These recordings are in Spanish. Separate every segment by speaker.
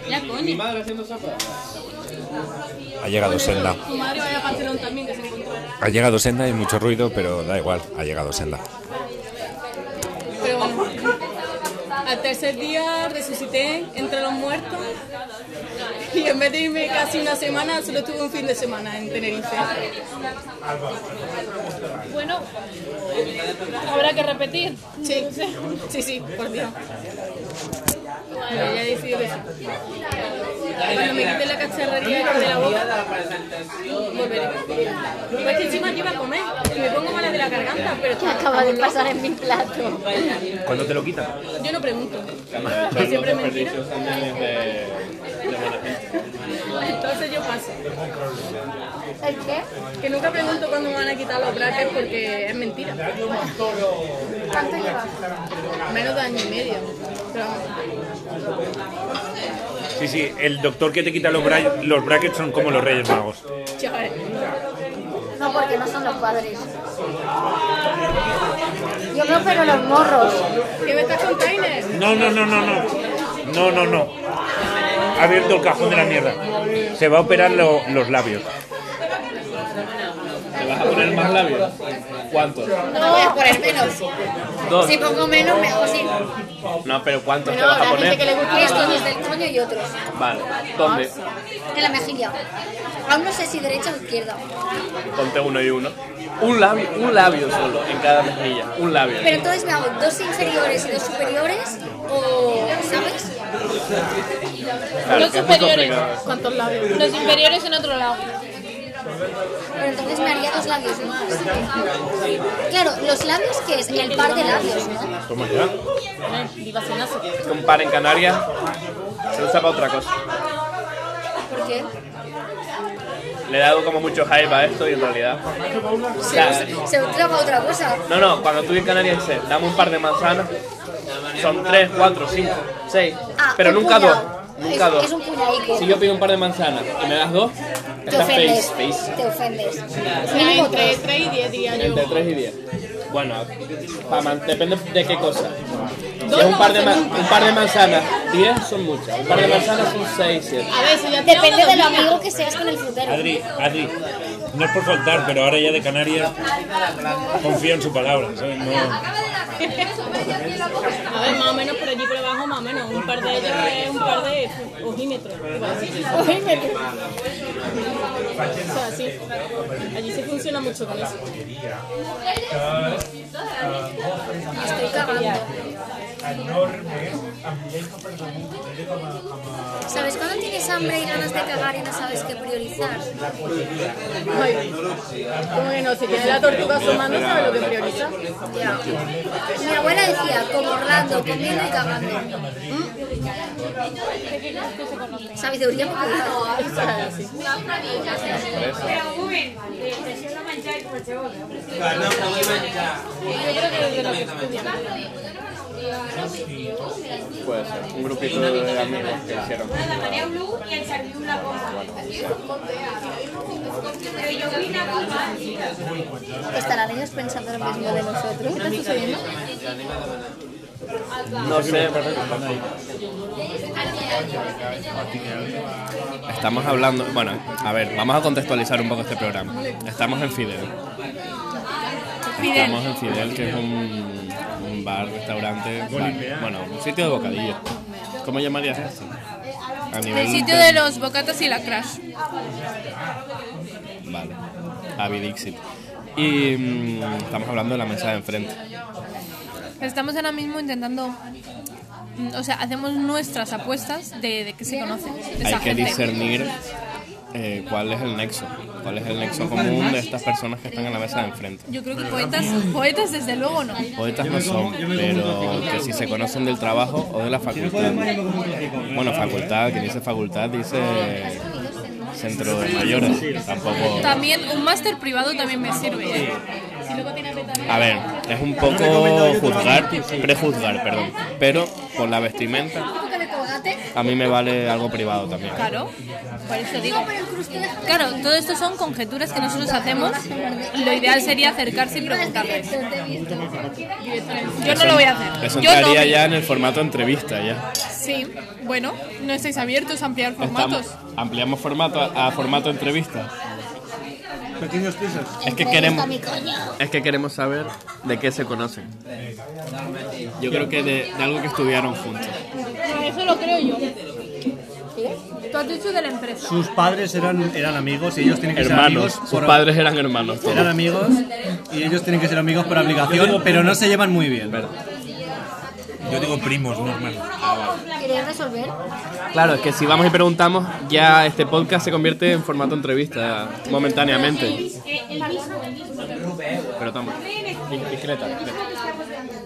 Speaker 1: coño.
Speaker 2: Mi madre haciendo sopa.
Speaker 3: Ha llegado Senda.
Speaker 1: Tu madre vaya pastelón también que se encontró.
Speaker 3: Ha llegado Senda, hay mucho ruido, pero da igual, ha llegado Senda.
Speaker 1: Pero bueno, al tercer día resucité entre los muertos y en vez de irme casi una semana, solo estuve un fin de semana en Tenerife.
Speaker 4: Bueno, habrá que repetir.
Speaker 1: Sí, sí, sí, por Dios. Pero ya decidí que sí. Cuando me quite la cacharrería de la boca, volveré. Digo, es que encima yo iba a comer y me pongo mala de la garganta, pero
Speaker 5: ¿Qué acaba de pasar en mi plato?
Speaker 6: ¿Cuándo te lo quitan?
Speaker 1: yo no pregunto. Que siempre me mentira.
Speaker 2: también de, de buena gente.
Speaker 1: Entonces yo paso.
Speaker 5: ¿El qué?
Speaker 1: Que nunca pregunto cuándo me van a quitar los brackets porque es mentira.
Speaker 5: ¿Cuánto llevas?
Speaker 1: Menos de año y medio. Pero
Speaker 6: Sí, sí, el doctor que te quita los, bra- los brackets son como los Reyes Magos.
Speaker 1: chavales,
Speaker 5: No, porque no son los padres. Yo me opero los morros.
Speaker 1: ¿qué me estás contando, Inés?
Speaker 6: No, no, no, no, no. No, no, no. Ha abierto el cajón de la mierda. Se va a operar lo- los labios.
Speaker 2: ¿Te vas a poner más labios? ¿Cuántos?
Speaker 7: No voy a poner menos.
Speaker 2: Dos.
Speaker 7: Si pongo menos, me hago así.
Speaker 2: No, pero ¿cuántos te
Speaker 7: Pero
Speaker 2: vas a
Speaker 7: habrá gente que
Speaker 2: poner? Ah,
Speaker 7: le guste esto desde el coño y otros.
Speaker 2: Vale, ¿dónde?
Speaker 7: En la mejilla. Aún no sé si derecha o izquierda.
Speaker 2: Ponte uno y uno. Un labio, un labio solo en cada mejilla. Un labio.
Speaker 7: Pero entonces me hago dos inferiores y dos superiores, o. ¿Sabes?
Speaker 2: Claro,
Speaker 4: Los
Speaker 2: que es muy
Speaker 4: superiores.
Speaker 2: complicado.
Speaker 1: ¿Cuántos labios?
Speaker 4: Los inferiores en otro lado.
Speaker 7: Pero entonces me haría dos labios más. Claro, los labios que es el par de labios, ¿no?
Speaker 6: Toma ya.
Speaker 1: Vivacionazo.
Speaker 2: Es que un par en Canarias se usa para otra cosa.
Speaker 7: ¿Por qué?
Speaker 2: Le he dado como mucho hype a esto y en realidad. O sea,
Speaker 7: Se traba otra cosa.
Speaker 2: no, no, cuando tú en Canarias dices, dame un par de manzanas, son tres, cuatro, cinco, seis.
Speaker 7: Ah,
Speaker 2: Pero
Speaker 7: un
Speaker 2: nunca dos.
Speaker 7: puñado.
Speaker 2: Nunca
Speaker 7: es,
Speaker 2: dos.
Speaker 7: Es un puñadico.
Speaker 2: Si yo pido un par de manzanas y me das dos,
Speaker 7: te
Speaker 2: estás
Speaker 7: ofendes.
Speaker 2: face, face.
Speaker 7: Te ofendes.
Speaker 1: Mira,
Speaker 7: Mínimo
Speaker 1: entre
Speaker 7: tres.
Speaker 1: 3 y 10 diría yo.
Speaker 2: Entre 3 y 10. Bueno, pa' man- depende de qué cosa. Si
Speaker 1: Dos
Speaker 2: es
Speaker 1: no
Speaker 2: un par,
Speaker 1: va a
Speaker 2: de
Speaker 1: ser
Speaker 2: ma- un par de manzanas, 10 son muchas. Un par de manzanas son 6, 7.
Speaker 1: A ver, si ya te
Speaker 7: Depende de lo amigo que seas con el frutero.
Speaker 3: Adri, Adri, no es por faltar, pero ahora ya de Canarias confío en su palabra, ¿sabes? No-
Speaker 1: A ver, más o menos por allí por abajo, más o menos. Un par de ellos es un par de ojímetros. Ojímetros. O sea, sí. Allí se funciona mucho con eso.
Speaker 7: Estoy cagando. ¿Sabes cuando tienes hambre y ganas de cagar y no sabes qué priorizar?
Speaker 1: Ay, ¿Cómo que no? Si tiene la tortuga asomando, sabe lo que prioriza.
Speaker 7: Ya. Mi abuela decía, como Orlando, comiendo y cagando. ¿Mm? Sabiduría popular.
Speaker 1: O sea, sí.
Speaker 2: Puede ser. Un grupito de amigos que hicieron.
Speaker 7: ¿Estarán ellos pensando lo mismo de nosotros?
Speaker 1: ¿Qué está sucediendo?
Speaker 2: No sé. Estamos hablando. Bueno, a ver, vamos a contextualizar un poco este programa. Estamos en Fidel. Estamos en Fidel, que es un, un bar, restaurante. bar, bueno, un sitio de bocadillo. ¿Cómo llamarías esto? A nivel de-
Speaker 4: los bocatas y la crash.
Speaker 2: Vale. Avi Dixit. Y mm, estamos hablando de la mesa de enfrente.
Speaker 4: Estamos ahora mismo intentando. mm, O sea, hacemos nuestras apuestas de, de que se conoce. de
Speaker 2: hay
Speaker 4: esa
Speaker 2: que
Speaker 4: gente.
Speaker 2: discernir eh, cuál es el nexo, cuál es el nexo común de estas personas que están en la mesa de enfrente.
Speaker 4: Yo creo que poetas, poetas desde luego no.
Speaker 2: Poetas no son, pero que si se conocen del trabajo o de la facultad. Bueno, facultad, quien dice facultad dice centro de mayores, tampoco...
Speaker 4: También un máster privado también me sirve. ¿eh?
Speaker 2: A ver, es un poco juzgar, prejuzgar, perdón, pero con la vestimenta
Speaker 7: ¿Un poco de colgate?
Speaker 2: a mí me vale algo privado también.
Speaker 1: Claro, por eso digo. Claro, todo esto son conjeturas que nosotros hacemos. Lo ideal sería acercarse y preguntarles. Yo no lo voy a hacer.
Speaker 2: Eso
Speaker 1: Yo no
Speaker 2: entraría
Speaker 1: me-
Speaker 2: ya en el formato entrevista ya.
Speaker 1: Sí, bueno, no estáis abiertos a ampliar
Speaker 2: Estamos-
Speaker 1: formatos.
Speaker 2: ampliamos formato a, a formato entrevista.
Speaker 8: Pequeños pisos.
Speaker 2: Es que
Speaker 7: Me gusta
Speaker 2: queremos
Speaker 7: mi coño.
Speaker 2: es que queremos saber de qué se conocen. Yo creo que de, de algo que estudiaron juntos.
Speaker 4: Eso lo creo yo.
Speaker 1: Tú has dicho de la empresa.
Speaker 8: Sus padres eran, eran amigos y ellos tienen que
Speaker 2: Hermanos,
Speaker 8: ser amigos.
Speaker 2: sus padres eran hermanos. todos.
Speaker 8: Eran amigos y ellos tienen que ser amigos por obligación, pero no se llevan muy bien.
Speaker 3: Yo digo primos, no hermanos.
Speaker 7: ¿Queréis resolver?
Speaker 2: Claro, es que si vamos y preguntamos, ya este podcast se convierte en formato entrevista momentáneamente. Pero estamos discreta.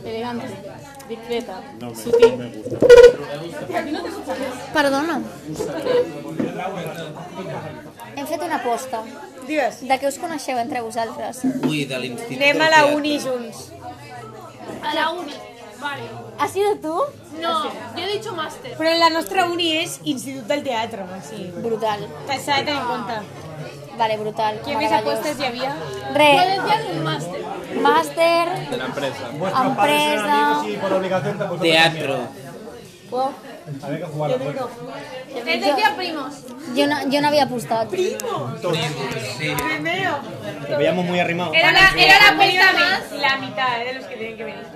Speaker 4: Elegante, discreta, sutil.
Speaker 7: Perdona. Hem fet una aposta.
Speaker 9: Digues.
Speaker 7: De què us coneixeu entre vosaltres?
Speaker 10: Ui, de l'institut
Speaker 9: Anem a
Speaker 10: del
Speaker 9: la
Speaker 10: teatre.
Speaker 9: uni junts.
Speaker 7: ¿Has sido tú?
Speaker 9: Però la nostra uni és Institut del Teatre, o sigui,
Speaker 7: Brutal.
Speaker 9: s'ha de tenir en compte.
Speaker 7: Vale, brutal.
Speaker 4: ¿Qué més
Speaker 7: Meravellós.
Speaker 4: apuestas ya había?
Speaker 7: Re,
Speaker 1: un máster.
Speaker 7: màster,
Speaker 2: De la empresa.
Speaker 7: empresa...
Speaker 8: por obligación tampoco.
Speaker 10: Teatro.
Speaker 7: Uau.
Speaker 1: Es decir, primos.
Speaker 7: Jo no, jo no havia apostat.
Speaker 8: Lo veíamos muy arrimado.
Speaker 1: Era la, era la pesta más.
Speaker 4: La mitad de los que tienen que venir.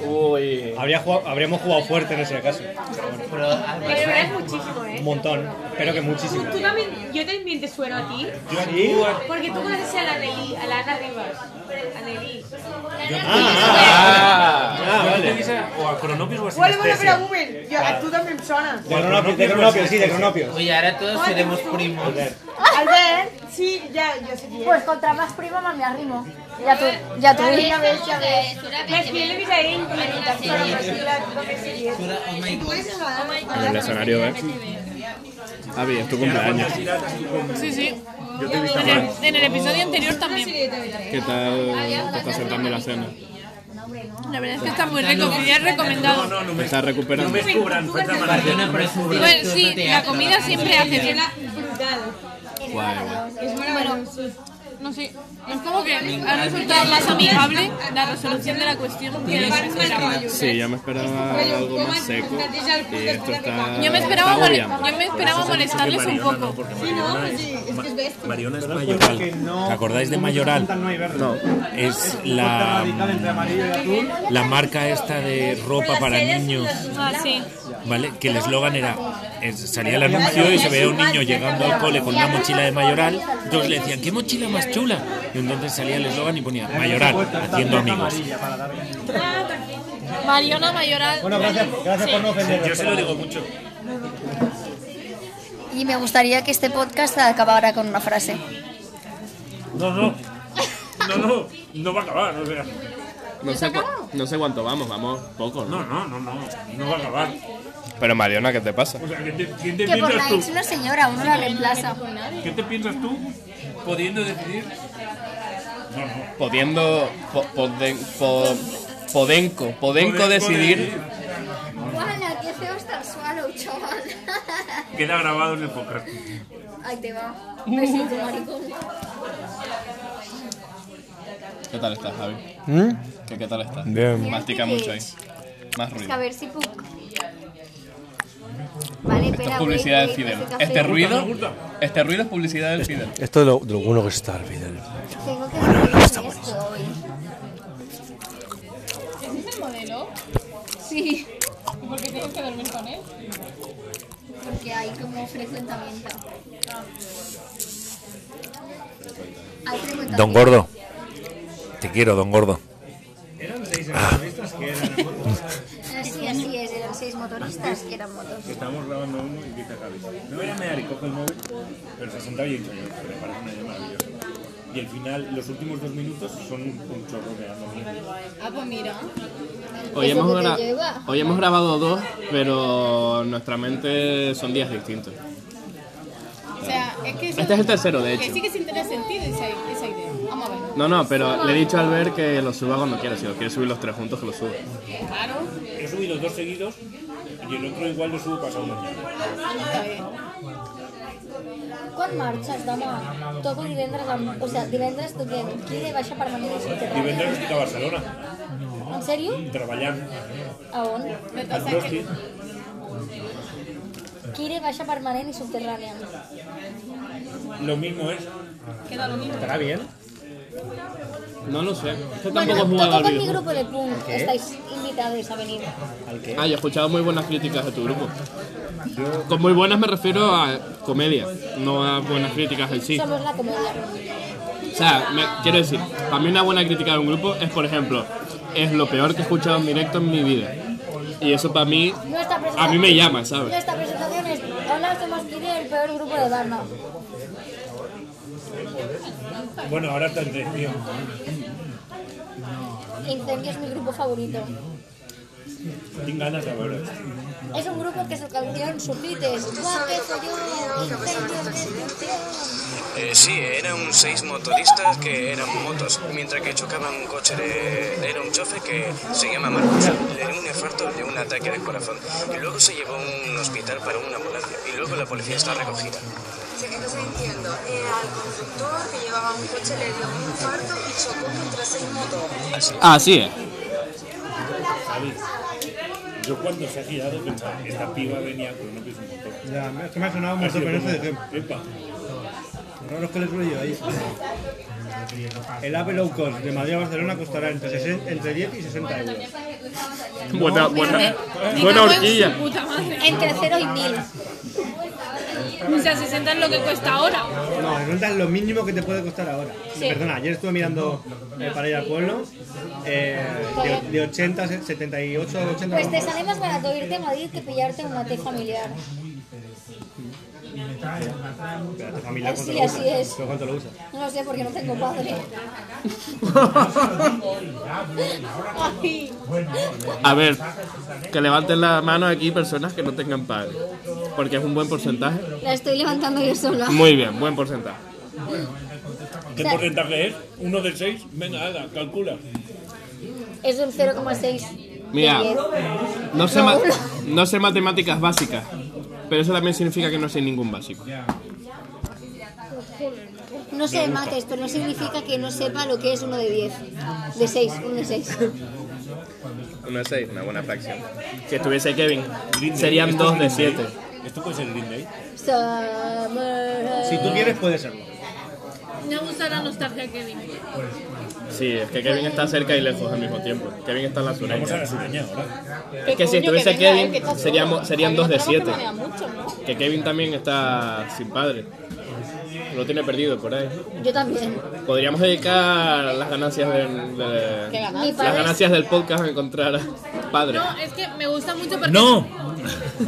Speaker 2: Uy.
Speaker 8: Habría jugado- habríamos jugado fuerte en ese caso. Pero bueno,
Speaker 4: Pero es muchísimo, ¿eh?
Speaker 8: un montón. Pero que muchísimo.
Speaker 4: Tú también, yo también te sueno a ti, porque tú conoces a la Nelly, a la Ana Rivas. A Nelly.
Speaker 2: Ah,
Speaker 8: Ah, vale.
Speaker 3: O a Cronopios o a
Speaker 11: Vuelvo a
Speaker 3: Sinestesia.
Speaker 11: preguntar, yo, a tú también sonas.
Speaker 8: De cronopios, de cronopios, sí, de cronopios.
Speaker 10: Oye, ahora todos seremos primos.
Speaker 11: Albert, sí, ya, yo sé quién
Speaker 7: Pues contra más prima, más me arrimo. Ja t'ho ja t'ho dic.
Speaker 11: Ya ves, ya ves.
Speaker 4: Las pieles de Misael,
Speaker 10: Sura, oh my God.
Speaker 2: En el escenario, ¿eh? Avi, es tu cumpleaños.
Speaker 1: Sí, sí. En el, en el episodio anterior también.
Speaker 2: ¿Qué tal te está sentando la cena?
Speaker 1: La verdad es que está muy rico, que ya es recomendado.
Speaker 3: No, no
Speaker 2: ¿Te
Speaker 3: me,
Speaker 2: estás
Speaker 3: no
Speaker 2: recuperando?
Speaker 3: me cubran, fue tan
Speaker 10: Perdona, però és un
Speaker 1: Bueno,
Speaker 10: productor
Speaker 1: sí,
Speaker 10: de
Speaker 1: la
Speaker 10: teatre.
Speaker 1: comida siempre hace bien.
Speaker 2: Guay, guay.
Speaker 1: No sé, es como que ha resultado más amigable la resolución de la cuestión que lo que se esperaba.
Speaker 2: Sí, yo me esperaba algo más seco. Y esto está.
Speaker 1: Yo me esperaba,
Speaker 2: está
Speaker 1: mole-
Speaker 2: agobiando.
Speaker 1: yo me esperaba molestarles un poco.
Speaker 3: Mariona es mayoral. ¿Te acordáis de mayoral?
Speaker 2: No.
Speaker 3: Es la, la marca esta de ropa para niños,
Speaker 1: Ah, sí.
Speaker 3: ¿vale? Que el eslogan era, es- salía el anuncio y se veía un niño llegando al cole con una mochila de mayoral, entonces le decían, ¿qué mochila más chula? Y entonces salía el eslogan y ponía, mayoral, haciendo amigos.
Speaker 1: Mariona Mayoral.
Speaker 8: Bueno, gracias, gracias por no ofendernos.
Speaker 3: Yo se lo digo mucho.
Speaker 7: Y me gustaría que este podcast acabara con una frase.
Speaker 3: No, no. No, no, no va a acabar, o sea.
Speaker 2: No sé, cua- no sé cuánto vamos, vamos poco, ¿no?
Speaker 3: No, no, no, no, no va a acabar.
Speaker 2: Pero Mariona, ¿qué te pasa?
Speaker 3: O sea, ¿qué te, quién te
Speaker 7: Que por
Speaker 3: piensas
Speaker 7: la
Speaker 3: tú?
Speaker 7: ex una señora, uno la reemplaza.
Speaker 3: ¿Qué te piensas tú pudiendo decidir? No, no.
Speaker 2: Podiendo. po- poden- po- podenco. Podenco decidir.
Speaker 7: Hola, qué feo está el suelo, chaval.
Speaker 3: Queda grabado en el podcast.
Speaker 7: Ahí te va. Besito, maricón.
Speaker 2: ¿Qué tal estás, Javi? ¿Qué, qué tal estás?
Speaker 3: Bien.
Speaker 2: Mastica mucho ahí. Más
Speaker 7: Es que a
Speaker 2: ruido.
Speaker 7: ver si puc. Vale,
Speaker 2: Esto es
Speaker 7: espera,
Speaker 2: publicidad
Speaker 7: güey,
Speaker 2: del
Speaker 7: güey,
Speaker 2: Fidel.
Speaker 7: que hace
Speaker 2: Este
Speaker 7: café.
Speaker 2: ruido,
Speaker 3: Me gusta, me
Speaker 2: este ruido es publicidad del Fidel.
Speaker 6: Esto es lo, de lo bueno que está el vídeo.
Speaker 7: Tengo que bueno, no está hoy.
Speaker 1: ¿Es el modelo?
Speaker 7: Sí,
Speaker 1: ¿Por qué tienes que dormir con él?
Speaker 7: porque hay como frecuentamiento. Hay frecuentamiento.
Speaker 6: Don Gordo. Te quiero, Don Gordo.
Speaker 3: Ah.
Speaker 7: Sí, así es, eran seis motoristas que eran motos.
Speaker 3: Estamos grabando uno y dice Javi, me voy a mear y coge el móvil, pero se sienta bien señor, me parece una idea maravillosa. Y el final, los últimos dos minutos son un, un chorro meando.
Speaker 1: Ah, pues mira.
Speaker 2: Hoy hemos,
Speaker 7: Eso que te
Speaker 2: gra-
Speaker 7: lleva.
Speaker 2: hoy hemos grabado dos, pero en nuestra mente son días distintos.
Speaker 1: O sea,
Speaker 12: es que eso-
Speaker 2: Este es el tercero, de hecho.
Speaker 12: Que sí que sin tener sentido esa, esa idea. Vamos a ver.
Speaker 2: No, no, pero le he dicho a Albert que lo suba cuando quiera. Si lo quiere subir los tres juntos, que lo suba.
Speaker 12: Claro.
Speaker 3: Yo subí los dos seguidos y el otro igual lo subo pasado mañana.
Speaker 7: Quan marxes demà? Tu avui divendres, amb... o sigui, divendres tu què? Qui de baixa permanent i subterrani?
Speaker 3: Divendres estic a Barcelona,
Speaker 7: En sèrio?
Speaker 3: treballant.
Speaker 7: A on?
Speaker 3: Al Prosti.
Speaker 7: Qui de baixa permanent i subterrània?
Speaker 3: Lo mismo es.
Speaker 12: Queda lo mismo.
Speaker 2: ¿Estará bien? No lo sé. Es que tampoco
Speaker 7: Bueno,
Speaker 2: he jugado
Speaker 7: tocó
Speaker 2: al
Speaker 7: con mi
Speaker 2: videojuego.
Speaker 7: grupo de punk.
Speaker 2: ¿Qué?
Speaker 7: Estáis invitados a venir.
Speaker 2: Ah, yo he escuchado muy buenas críticas de tu grupo. Con muy buenas me refiero a comedia, no a buenas críticas en sí.
Speaker 7: Somos la comedia.
Speaker 2: O sea, me- quiero decir, para mí una buena crítica de un grupo es, por ejemplo, es lo peor que he escuchado en directo en mi vida. Y eso para mí,
Speaker 7: Nuestra
Speaker 2: a mí me llama, ¿sabes?
Speaker 7: Nuestra presentación es Hola, somos Kiri, el peor grupo de Barna.
Speaker 3: Bueno, ahora te entendido.
Speaker 7: Incendio es mi grupo favorito.
Speaker 3: Tinc ganas de veure.
Speaker 7: Es un grupo que su canción, su hit es "Guau, que soy yo, incendio, que soy yo".
Speaker 10: Eh, sí, eran seis motoristas que eran motos, mientras que chocaban un coche de... Era un chofe que se llama Marcos. Le dio un infarto de un ataque de corazón. Y luego se llevó a un hospital para una ambulancia. Y luego la policía está recogida.
Speaker 13: Sí, que no estoy entiendo. Eh, al conductor que llevaba un coche le dio un infarto y chocó contra seis motos.
Speaker 2: Ah, sí, eh.
Speaker 3: Yo cuando se ha girado pensaba, esta piba venía con una pieza motor.
Speaker 8: Ya, me- es que me ha sonado un montón, pero no sé de qué.
Speaker 3: Epa.
Speaker 8: No los que les yo ahí. El AVE Low Cost de Madrid a Barcelona costará entre, 60 entre 10 y 60 euros.
Speaker 2: Buena- buena-
Speaker 12: Me
Speaker 2: buena
Speaker 12: cago en su
Speaker 2: horquilla.
Speaker 12: puta madre.
Speaker 7: Entre 0 y 1000.
Speaker 12: O sea, 60 es lo que cuesta ahora.
Speaker 8: No, resulta lo mínimo que te puede costar ahora.
Speaker 12: Sí.
Speaker 8: Perdona, ayer estuve mirando eh, para ir al pueblo. eh, de, de 80, 78, 80.
Speaker 7: Pues te sale más barato irte a Madrid que pillarte un mate familiar.
Speaker 8: Pero tu familia, ¿cuánto
Speaker 7: Sí,
Speaker 8: lo
Speaker 7: así
Speaker 8: usa?
Speaker 7: es.
Speaker 8: ¿Pero cuánto lo usa?
Speaker 7: No lo sé porque no tengo padre. Ay.
Speaker 2: A ver, que levanten la mano aquí personas que no tengan padre, porque es un buen porcentaje.
Speaker 7: La estoy levantando yo sola.
Speaker 2: Muy bien, buen porcentaje.
Speaker 3: ¿Qué porcentaje es? ¿Uno de seis? Venga, ala, calcula.
Speaker 7: Es un 0,6.
Speaker 2: Mira,
Speaker 7: de 10.
Speaker 2: no sé, ma- no sé matemáticas básicas, pero eso también significa que no sé ningún básico.
Speaker 7: No sé de mates, pero no significa que no sepa lo que es uno de 10. De 6, uno de 6.
Speaker 2: Uno de seis, una buena fracción. Si estuviese Kevin, serían dos de siete.
Speaker 3: ¿Esto puede ser Green Day?
Speaker 2: Si tú quieres, puede serlo.
Speaker 12: Me gusta la nostalgia que vive.
Speaker 2: Sí, es que Kevin está cerca y lejos al mismo tiempo. Kevin está en la sureña.
Speaker 3: Vamos a la sureña ahora.
Speaker 2: Es que si
Speaker 12: Coño, que venga,
Speaker 2: estuviese
Speaker 12: eh,
Speaker 2: Kevin,
Speaker 12: que está solo.
Speaker 2: seríamos, serían
Speaker 12: Aquí no
Speaker 2: dos de
Speaker 12: tenemos que
Speaker 2: siete.
Speaker 12: manejar mucho, ¿no?
Speaker 2: Que Kevin también está sin padre. Lo tiene perdido por ahí.
Speaker 7: Yo también.
Speaker 2: Podríamos dedicar las ganancias del, de-
Speaker 12: ¿Qué ganancias? Mi
Speaker 2: las
Speaker 12: padre es-
Speaker 2: ganancias del podcast a encontrar a padre.
Speaker 12: No, es que me gusta mucho porque
Speaker 2: No.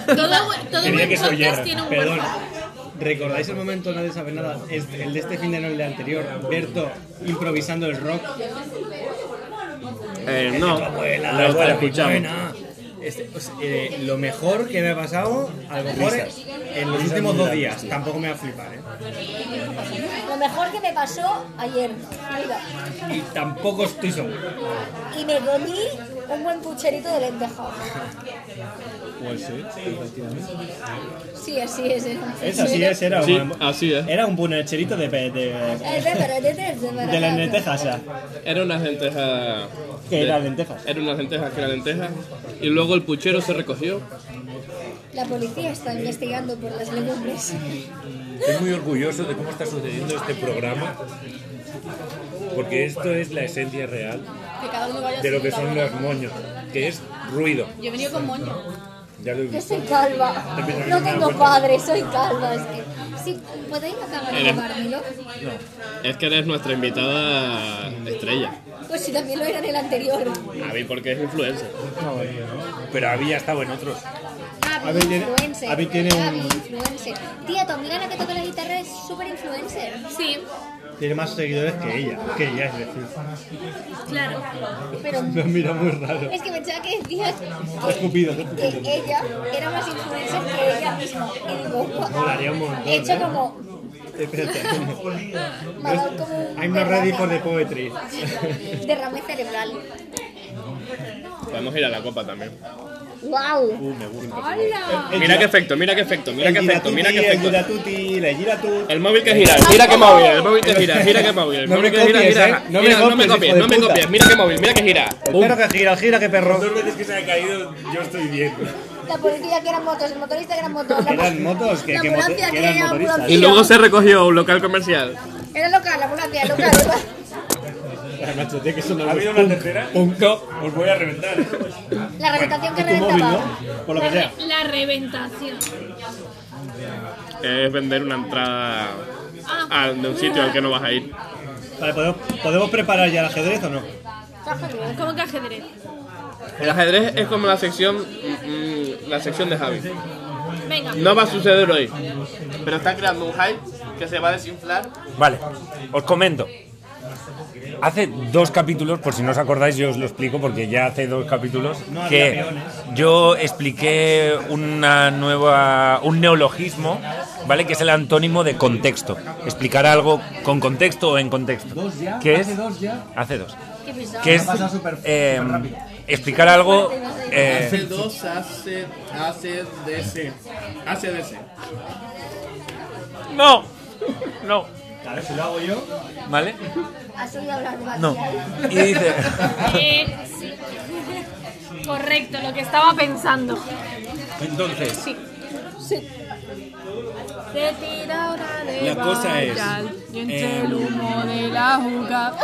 Speaker 12: todo, buen- todo
Speaker 8: Quería
Speaker 12: buen
Speaker 8: que se oyera,
Speaker 12: podcast tiene un
Speaker 8: perdón.
Speaker 12: huérfano.
Speaker 8: ¿Recordáis el momento, nadie sabe nada, este- el de este fin de no el de anterior, Berto improvisando el rock?
Speaker 2: Eh, no,
Speaker 8: Tu abuela,
Speaker 2: la otra
Speaker 8: abuela,
Speaker 2: escuchamos.
Speaker 8: buena. Este, o sea, eh, lo mejor que me ha pasado, a lo mejor
Speaker 2: Risas.
Speaker 8: en los
Speaker 2: Risas
Speaker 8: últimos
Speaker 2: muy
Speaker 8: dos
Speaker 2: largas,
Speaker 8: días,
Speaker 2: tío.
Speaker 8: tampoco me va a flipar, ¿eh?
Speaker 7: Lo mejor que me pasó ayer. Mira,
Speaker 8: Y tampoco estoy seguro.
Speaker 7: y me comí un buen pucherito de lenteja.
Speaker 8: Pues sí,
Speaker 7: Sí, así es. era un
Speaker 8: Es así,
Speaker 7: pucherito.
Speaker 8: es, era
Speaker 2: Sí,
Speaker 8: un, así es. Era un punecherito de, pe- de,
Speaker 7: Eh, de verdad, de verdad.
Speaker 8: de las lentejas, ya.
Speaker 2: Era unas lentejas.
Speaker 8: Que
Speaker 2: de-
Speaker 8: eran lentejas.
Speaker 2: Eran unas lentejas que eran lentejas. Y luego el puchero se recogió.
Speaker 7: La policía está investigando por las legumbres.
Speaker 3: Estoy muy orgulloso de cómo está sucediendo este programa, porque esto es la esencia real
Speaker 12: Que cada uno vaya
Speaker 3: de lo
Speaker 12: su
Speaker 3: que
Speaker 12: puta
Speaker 3: son
Speaker 12: bola.
Speaker 3: los moños, que es ruido.
Speaker 12: Yo he venido con moño.
Speaker 3: Ya lo he
Speaker 7: Yo
Speaker 3: visto.
Speaker 7: soy calva. No tengo padre, soy calva. Es que, sí, ¿podéis acabar de
Speaker 2: Eres-
Speaker 7: robármelo?
Speaker 2: Es que eres nuestra invitada estrella.
Speaker 7: Pues si también lo era en el anterior.
Speaker 2: A mí porque es influencer.
Speaker 3: Pero había estado en otros.
Speaker 7: Gaby,
Speaker 2: A ver, tiene-
Speaker 7: influencer.
Speaker 2: a ver, tiene un-
Speaker 7: Gaby, influencer. Tía, tu amiga la que toca la guitarra es súper influencer.
Speaker 12: Sí,
Speaker 8: Tiene más seguidores que ella, que ella es decir.
Speaker 12: claro.
Speaker 7: Pero
Speaker 8: Me mira muy raro.
Speaker 7: es que pensaba que decías que,
Speaker 8: Escupido.
Speaker 7: que ella era más influencer que ella misma. Y digo,
Speaker 8: Molaría un
Speaker 7: he
Speaker 8: montón.
Speaker 7: hecho
Speaker 8: ¿eh?
Speaker 7: como
Speaker 8: Espérate.
Speaker 7: Me ha dado como un-
Speaker 8: I'm not ready for the poetry.
Speaker 7: Derrame cerebral.
Speaker 2: Podemos ir a la copa también.
Speaker 7: ¡Wow!
Speaker 2: Uh, me gusta.
Speaker 7: ¡Hala!
Speaker 2: Mira qué efecto, mira qué efecto, mira qué efecto, mira qué efecto.
Speaker 8: El
Speaker 2: móvil que gira, gira que móvil, el móvil que gira, gira que móvil, el
Speaker 8: No
Speaker 2: móvil
Speaker 8: me
Speaker 2: que gira,
Speaker 8: copies,
Speaker 2: gira.
Speaker 8: ¿eh? No me
Speaker 2: Mira, no me
Speaker 8: copies,
Speaker 2: copies,
Speaker 8: hijo de
Speaker 2: no me
Speaker 8: puta.
Speaker 2: copies, mira qué móvil, mira que gira.
Speaker 8: El perro que gira, gira que perro.
Speaker 3: Dos veces que se ha caído, yo estoy bien.
Speaker 7: La policía que eran motos, el motorista que eran motos. la-
Speaker 8: Eran motos, que,
Speaker 7: La
Speaker 8: que,
Speaker 7: ambulancia
Speaker 8: moto- que
Speaker 7: que
Speaker 8: eran
Speaker 7: era
Speaker 8: motoristas.
Speaker 7: ambulancia. Y luego se
Speaker 2: recogió un local comercial.
Speaker 7: Era local, la ambulancia, el local. el local.
Speaker 3: ¿Ha habido una tercera? Os voy a reventar.
Speaker 7: La reventación que
Speaker 3: tu móvil,
Speaker 7: reventaba.
Speaker 2: Por lo que sea.
Speaker 12: La reventación.
Speaker 2: Es vender una entrada
Speaker 12: Ah.
Speaker 2: a- de un sitio al que no vas a ir.
Speaker 8: Vale, ¿podemos, ¿podemos preparar ya el ajedrez o no?
Speaker 12: ¿Cómo que ajedrez?
Speaker 2: El ajedrez es como la sección, mm, mm, la sección de Javi.
Speaker 12: Venga.
Speaker 2: No va a suceder hoy, pero está creando un hype que se va a desinflar.
Speaker 6: Vale, os comento. Hace dos capítulos, por si no os acordáis, yo os lo explico porque ya hace dos capítulos
Speaker 8: No había
Speaker 6: que
Speaker 8: peones.
Speaker 6: yo expliqué una nueva, un neologismo, ¿vale? Que es el antónimo de contexto. Explicar algo con contexto o en contexto. ¿Qué es? Hace dos.
Speaker 2: Qué pesado.
Speaker 6: Que es
Speaker 2: Ha pasado súper- súper
Speaker 6: eh,
Speaker 2: rápido.
Speaker 6: explicar algo. eh,
Speaker 14: Hace dos hace hace DC. Hace DC.
Speaker 6: No, no.
Speaker 8: Claro, si lo hago yo.
Speaker 6: ¿Vale?
Speaker 7: ¿Has oído hablar de
Speaker 6: No.
Speaker 7: Bastián?
Speaker 6: Y dice.
Speaker 12: Eh, sí. Correcto, lo que estaba pensando.
Speaker 6: Entonces,
Speaker 12: Sí. Sí. Se tira ahora de
Speaker 6: La cosa es,
Speaker 12: Valladolid, y entre
Speaker 6: eh,
Speaker 12: el humo de la juga.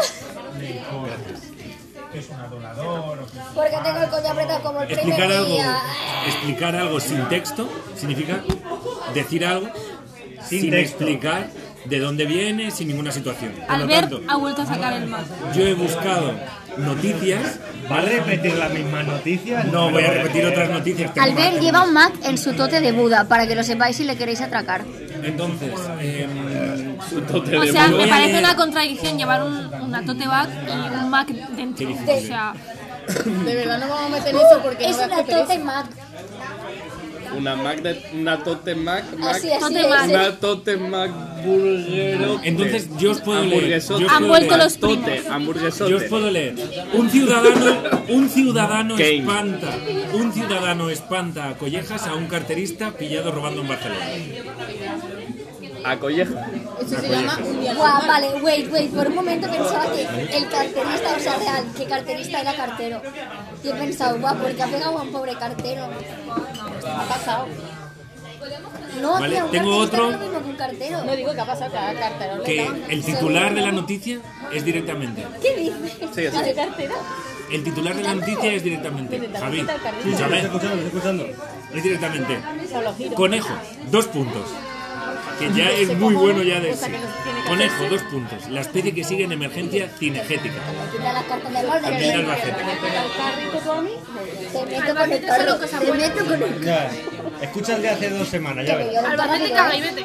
Speaker 7: Porque tengo el coño apretado como el primer
Speaker 6: explicar algo,
Speaker 7: día.
Speaker 6: explicar algo sin texto significa decir algo sin,
Speaker 8: texto.
Speaker 6: explicar de dónde viene, sin ninguna situación. Por lo
Speaker 4: Albert
Speaker 6: tanto,
Speaker 4: ha vuelto a sacar el mazo.
Speaker 6: yo he buscado noticias.
Speaker 8: ¿Va a repetir las mismas noticias?
Speaker 6: No, voy a repetir otras
Speaker 8: eh,
Speaker 6: noticias. tengo
Speaker 7: Albert
Speaker 6: más.
Speaker 7: lleva un Mac en su tote de Buda, para que lo sepáis si le queréis atracar.
Speaker 6: Entonces, em,
Speaker 4: O sea,
Speaker 6: voy
Speaker 4: me
Speaker 6: a
Speaker 4: parece
Speaker 6: leer-
Speaker 4: una contradicción llevar un, una tote bag y un Mac dentro. O sea,
Speaker 1: De verdad no vamos a meter eso porque
Speaker 7: Es
Speaker 1: no da
Speaker 7: una
Speaker 1: pereza.
Speaker 7: tote Mac.
Speaker 2: Una Mac de, una tote Mac, Mac
Speaker 7: Así, así
Speaker 4: Tote
Speaker 7: es.
Speaker 4: Mac.
Speaker 2: una tote Mac burguero.
Speaker 6: Entonces, yo os puedo leer,
Speaker 2: Hamburguesote.
Speaker 6: yo os Han puedo vuelto leer. los
Speaker 2: Tote,
Speaker 6: primos.
Speaker 2: hamburguesote.
Speaker 6: Yo os puedo leer. Un ciudadano, un ciudadano espanta, un ciudadano espanta a collejas a un carterista pillado robando en Barcelona.
Speaker 2: A colleja.
Speaker 7: Eso se llama un día Guau, vale, wait, wait. Por un momento pensaba que el carterista, o sea, real, que carterista era cartero. Y he pensado, guau, porque ha pegado a un pobre cartero. Ha pasado. No,
Speaker 6: Vale,
Speaker 7: tía, un
Speaker 6: tengo
Speaker 7: carterista
Speaker 6: otro.
Speaker 7: no es lo mismo que un cartero.
Speaker 1: No digo que ha pasado cada cartero.
Speaker 6: Que el titular de la noticia es directamente.
Speaker 7: ¿Qué dices?
Speaker 6: Sí, sí.
Speaker 7: ¿La de cartero?
Speaker 6: El titular de la noticia es directamente. Javi, escúchame. Es directamente. Conejo, dos puntos. Que ya es muy bueno ya de sí. Conejo, dos puntos. La especie que sigue en emergencia cinegética.
Speaker 7: Quita la carta de amor de
Speaker 6: También Albacete.
Speaker 7: Te meto con el toro, te meto con el
Speaker 8: Ya. Escucha el de hace dos semanas, ya ves.
Speaker 12: Albacete caga y vete.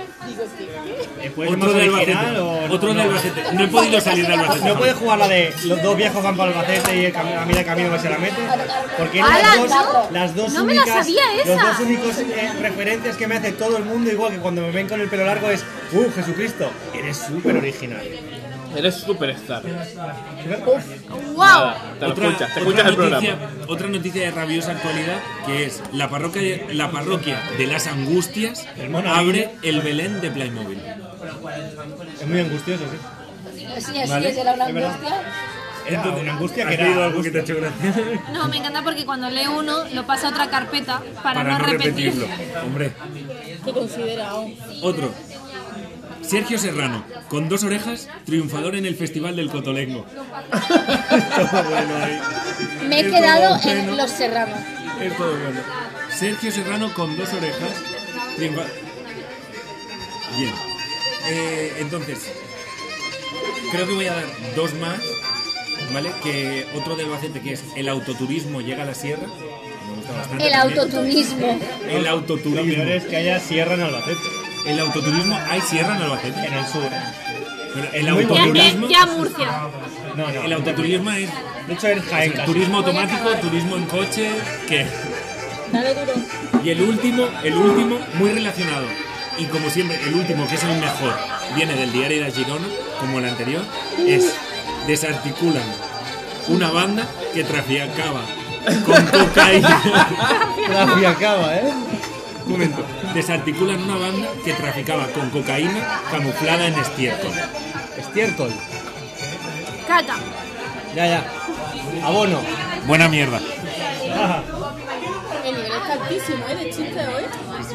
Speaker 8: Eh, ¿puede ser
Speaker 6: Otro
Speaker 8: más
Speaker 6: de
Speaker 8: original
Speaker 6: Albacete.
Speaker 8: o
Speaker 6: Otro de Albacete. No he podido salir de Albacete.
Speaker 8: No puedes jugar la de los dos viejos van para Albacete y el cami- a mitad de camino que se la mete. Porque eran
Speaker 4: ¡Hala,
Speaker 8: las dos,
Speaker 4: no!
Speaker 8: las dos
Speaker 4: No me la
Speaker 8: únicas,
Speaker 4: sabía
Speaker 8: Los
Speaker 4: esa.
Speaker 8: dos únicos eh, referentes que me hace todo el mundo, igual que cuando me ven con el pelo largo, es ¡Uh, Jesucristo! Eres súper original.
Speaker 2: Eres superstar.
Speaker 4: ¡Wow!
Speaker 2: Te lo escuchas, te escuchas el
Speaker 6: noticia,
Speaker 2: programa.
Speaker 6: otra noticia de rabiosa actualidad que es la parroquia de, la parroquia de las angustias
Speaker 8: mono
Speaker 6: abre el Belén de Playmobil.
Speaker 8: Es muy angustioso, sí.
Speaker 7: Sí, así
Speaker 6: Vale.
Speaker 7: es, era una
Speaker 6: Es verdad.
Speaker 7: angustia.
Speaker 8: Entonces, una angustia que
Speaker 6: ¿Has
Speaker 8: era
Speaker 6: leído algo que te ha hecho gracia?
Speaker 4: No, me encanta porque cuando leo uno lo pasa a otra carpeta para,
Speaker 6: Para no repetirlo. Hombre,
Speaker 1: Qué considerado.
Speaker 6: otro. Sergio Serrano, con dos orejas, triunfador en el Festival del Cotolengo.
Speaker 7: Me he quedado en Los Serranos.
Speaker 6: Es todo bueno. Sergio Serrano con dos orejas. triunfa- Bien. Eh, entonces, creo que voy a dar dos más. ¿Vale? Que otro de Albacete que es el autoturismo llega a la sierra. Me gusta bastante.
Speaker 7: El
Speaker 6: también.
Speaker 7: autoturismo.
Speaker 6: El autoturismo.
Speaker 8: Lo peor es que haya sierra en Albacete.
Speaker 6: El autoturismo, hay sierra en Albacete.
Speaker 8: En el sur. ¿eh?
Speaker 6: Pero el
Speaker 8: Muy
Speaker 12: Ya, ya,
Speaker 6: autoturismo.
Speaker 12: ya Murcia.
Speaker 8: No, no.
Speaker 6: El autoturismo es.
Speaker 8: De hecho, es Jaén. casi.
Speaker 6: Turismo automático, turismo en coche. que
Speaker 1: Dale duro.
Speaker 6: Y el último, el último, muy relacionado.
Speaker 3: Y como siempre, el último, que es el mejor, viene del diario de Girona, como el anterior, es desarticulan una banda que traficaba con cocaína.
Speaker 8: Traficaba, ¿eh?
Speaker 3: Un momento. Desarticulan una banda que traficaba con cocaína camuflada en estiércol.
Speaker 8: Estiércol.
Speaker 15: Caca.
Speaker 8: Ya, ya. Abono.
Speaker 3: Buena mierda.
Speaker 1: El nivel está altísimo, ¿eh? De chiste hoy.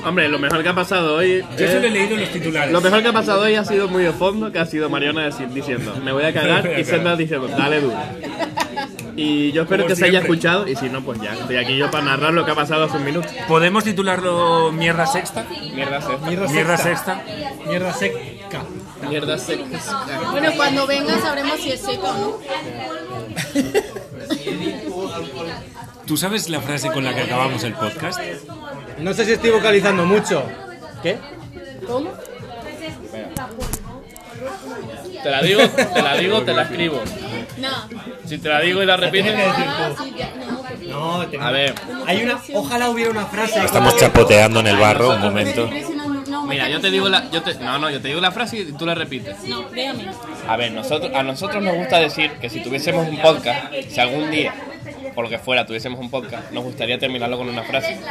Speaker 2: Hombre, lo mejor que ha pasado hoy.
Speaker 3: Yo
Speaker 2: es-
Speaker 3: solo he leído los titulares.
Speaker 2: Lo mejor que ha pasado hoy ha sido muy de fondo, que ha sido Mariona decir- diciendo, me voy a cagar, y Senda diciendo, dale duro. Y yo espero
Speaker 3: Como
Speaker 2: que se haya
Speaker 3: siempre.
Speaker 2: escuchado, y si no, pues ya, estoy aquí yo para narrar lo que ha pasado hace un minuto.
Speaker 3: ¿Podemos titularlo Mierda Sexta?
Speaker 2: Mierda Sexta.
Speaker 3: Mierda Sexta.
Speaker 8: Mierda seca.
Speaker 2: Mierda Sexta.
Speaker 1: Bueno, cuando venga sabremos si es seco o no.
Speaker 3: ¿Tú sabes la frase con la que acabamos el podcast?
Speaker 8: No sé si estoy vocalizando mucho. ¿Qué?
Speaker 1: ¿Cómo?
Speaker 2: Te la digo, te la digo, te la escribo.
Speaker 1: No.
Speaker 2: Si te la digo y la repites.
Speaker 8: No,
Speaker 2: A ver.
Speaker 8: Hay una. Ojalá hubiera una frase.
Speaker 6: Estamos chapoteando en el barro, un momento.
Speaker 2: Mira, yo te digo la, yo te, no, no, yo te digo la frase y tú la repites.
Speaker 1: No, déjame.
Speaker 4: A ver, nosotros, a nosotros nos gusta decir que si tuviésemos un podcast, si algún día, por lo que fuera, tuviésemos un podcast, nos gustaría terminarlo con una frase.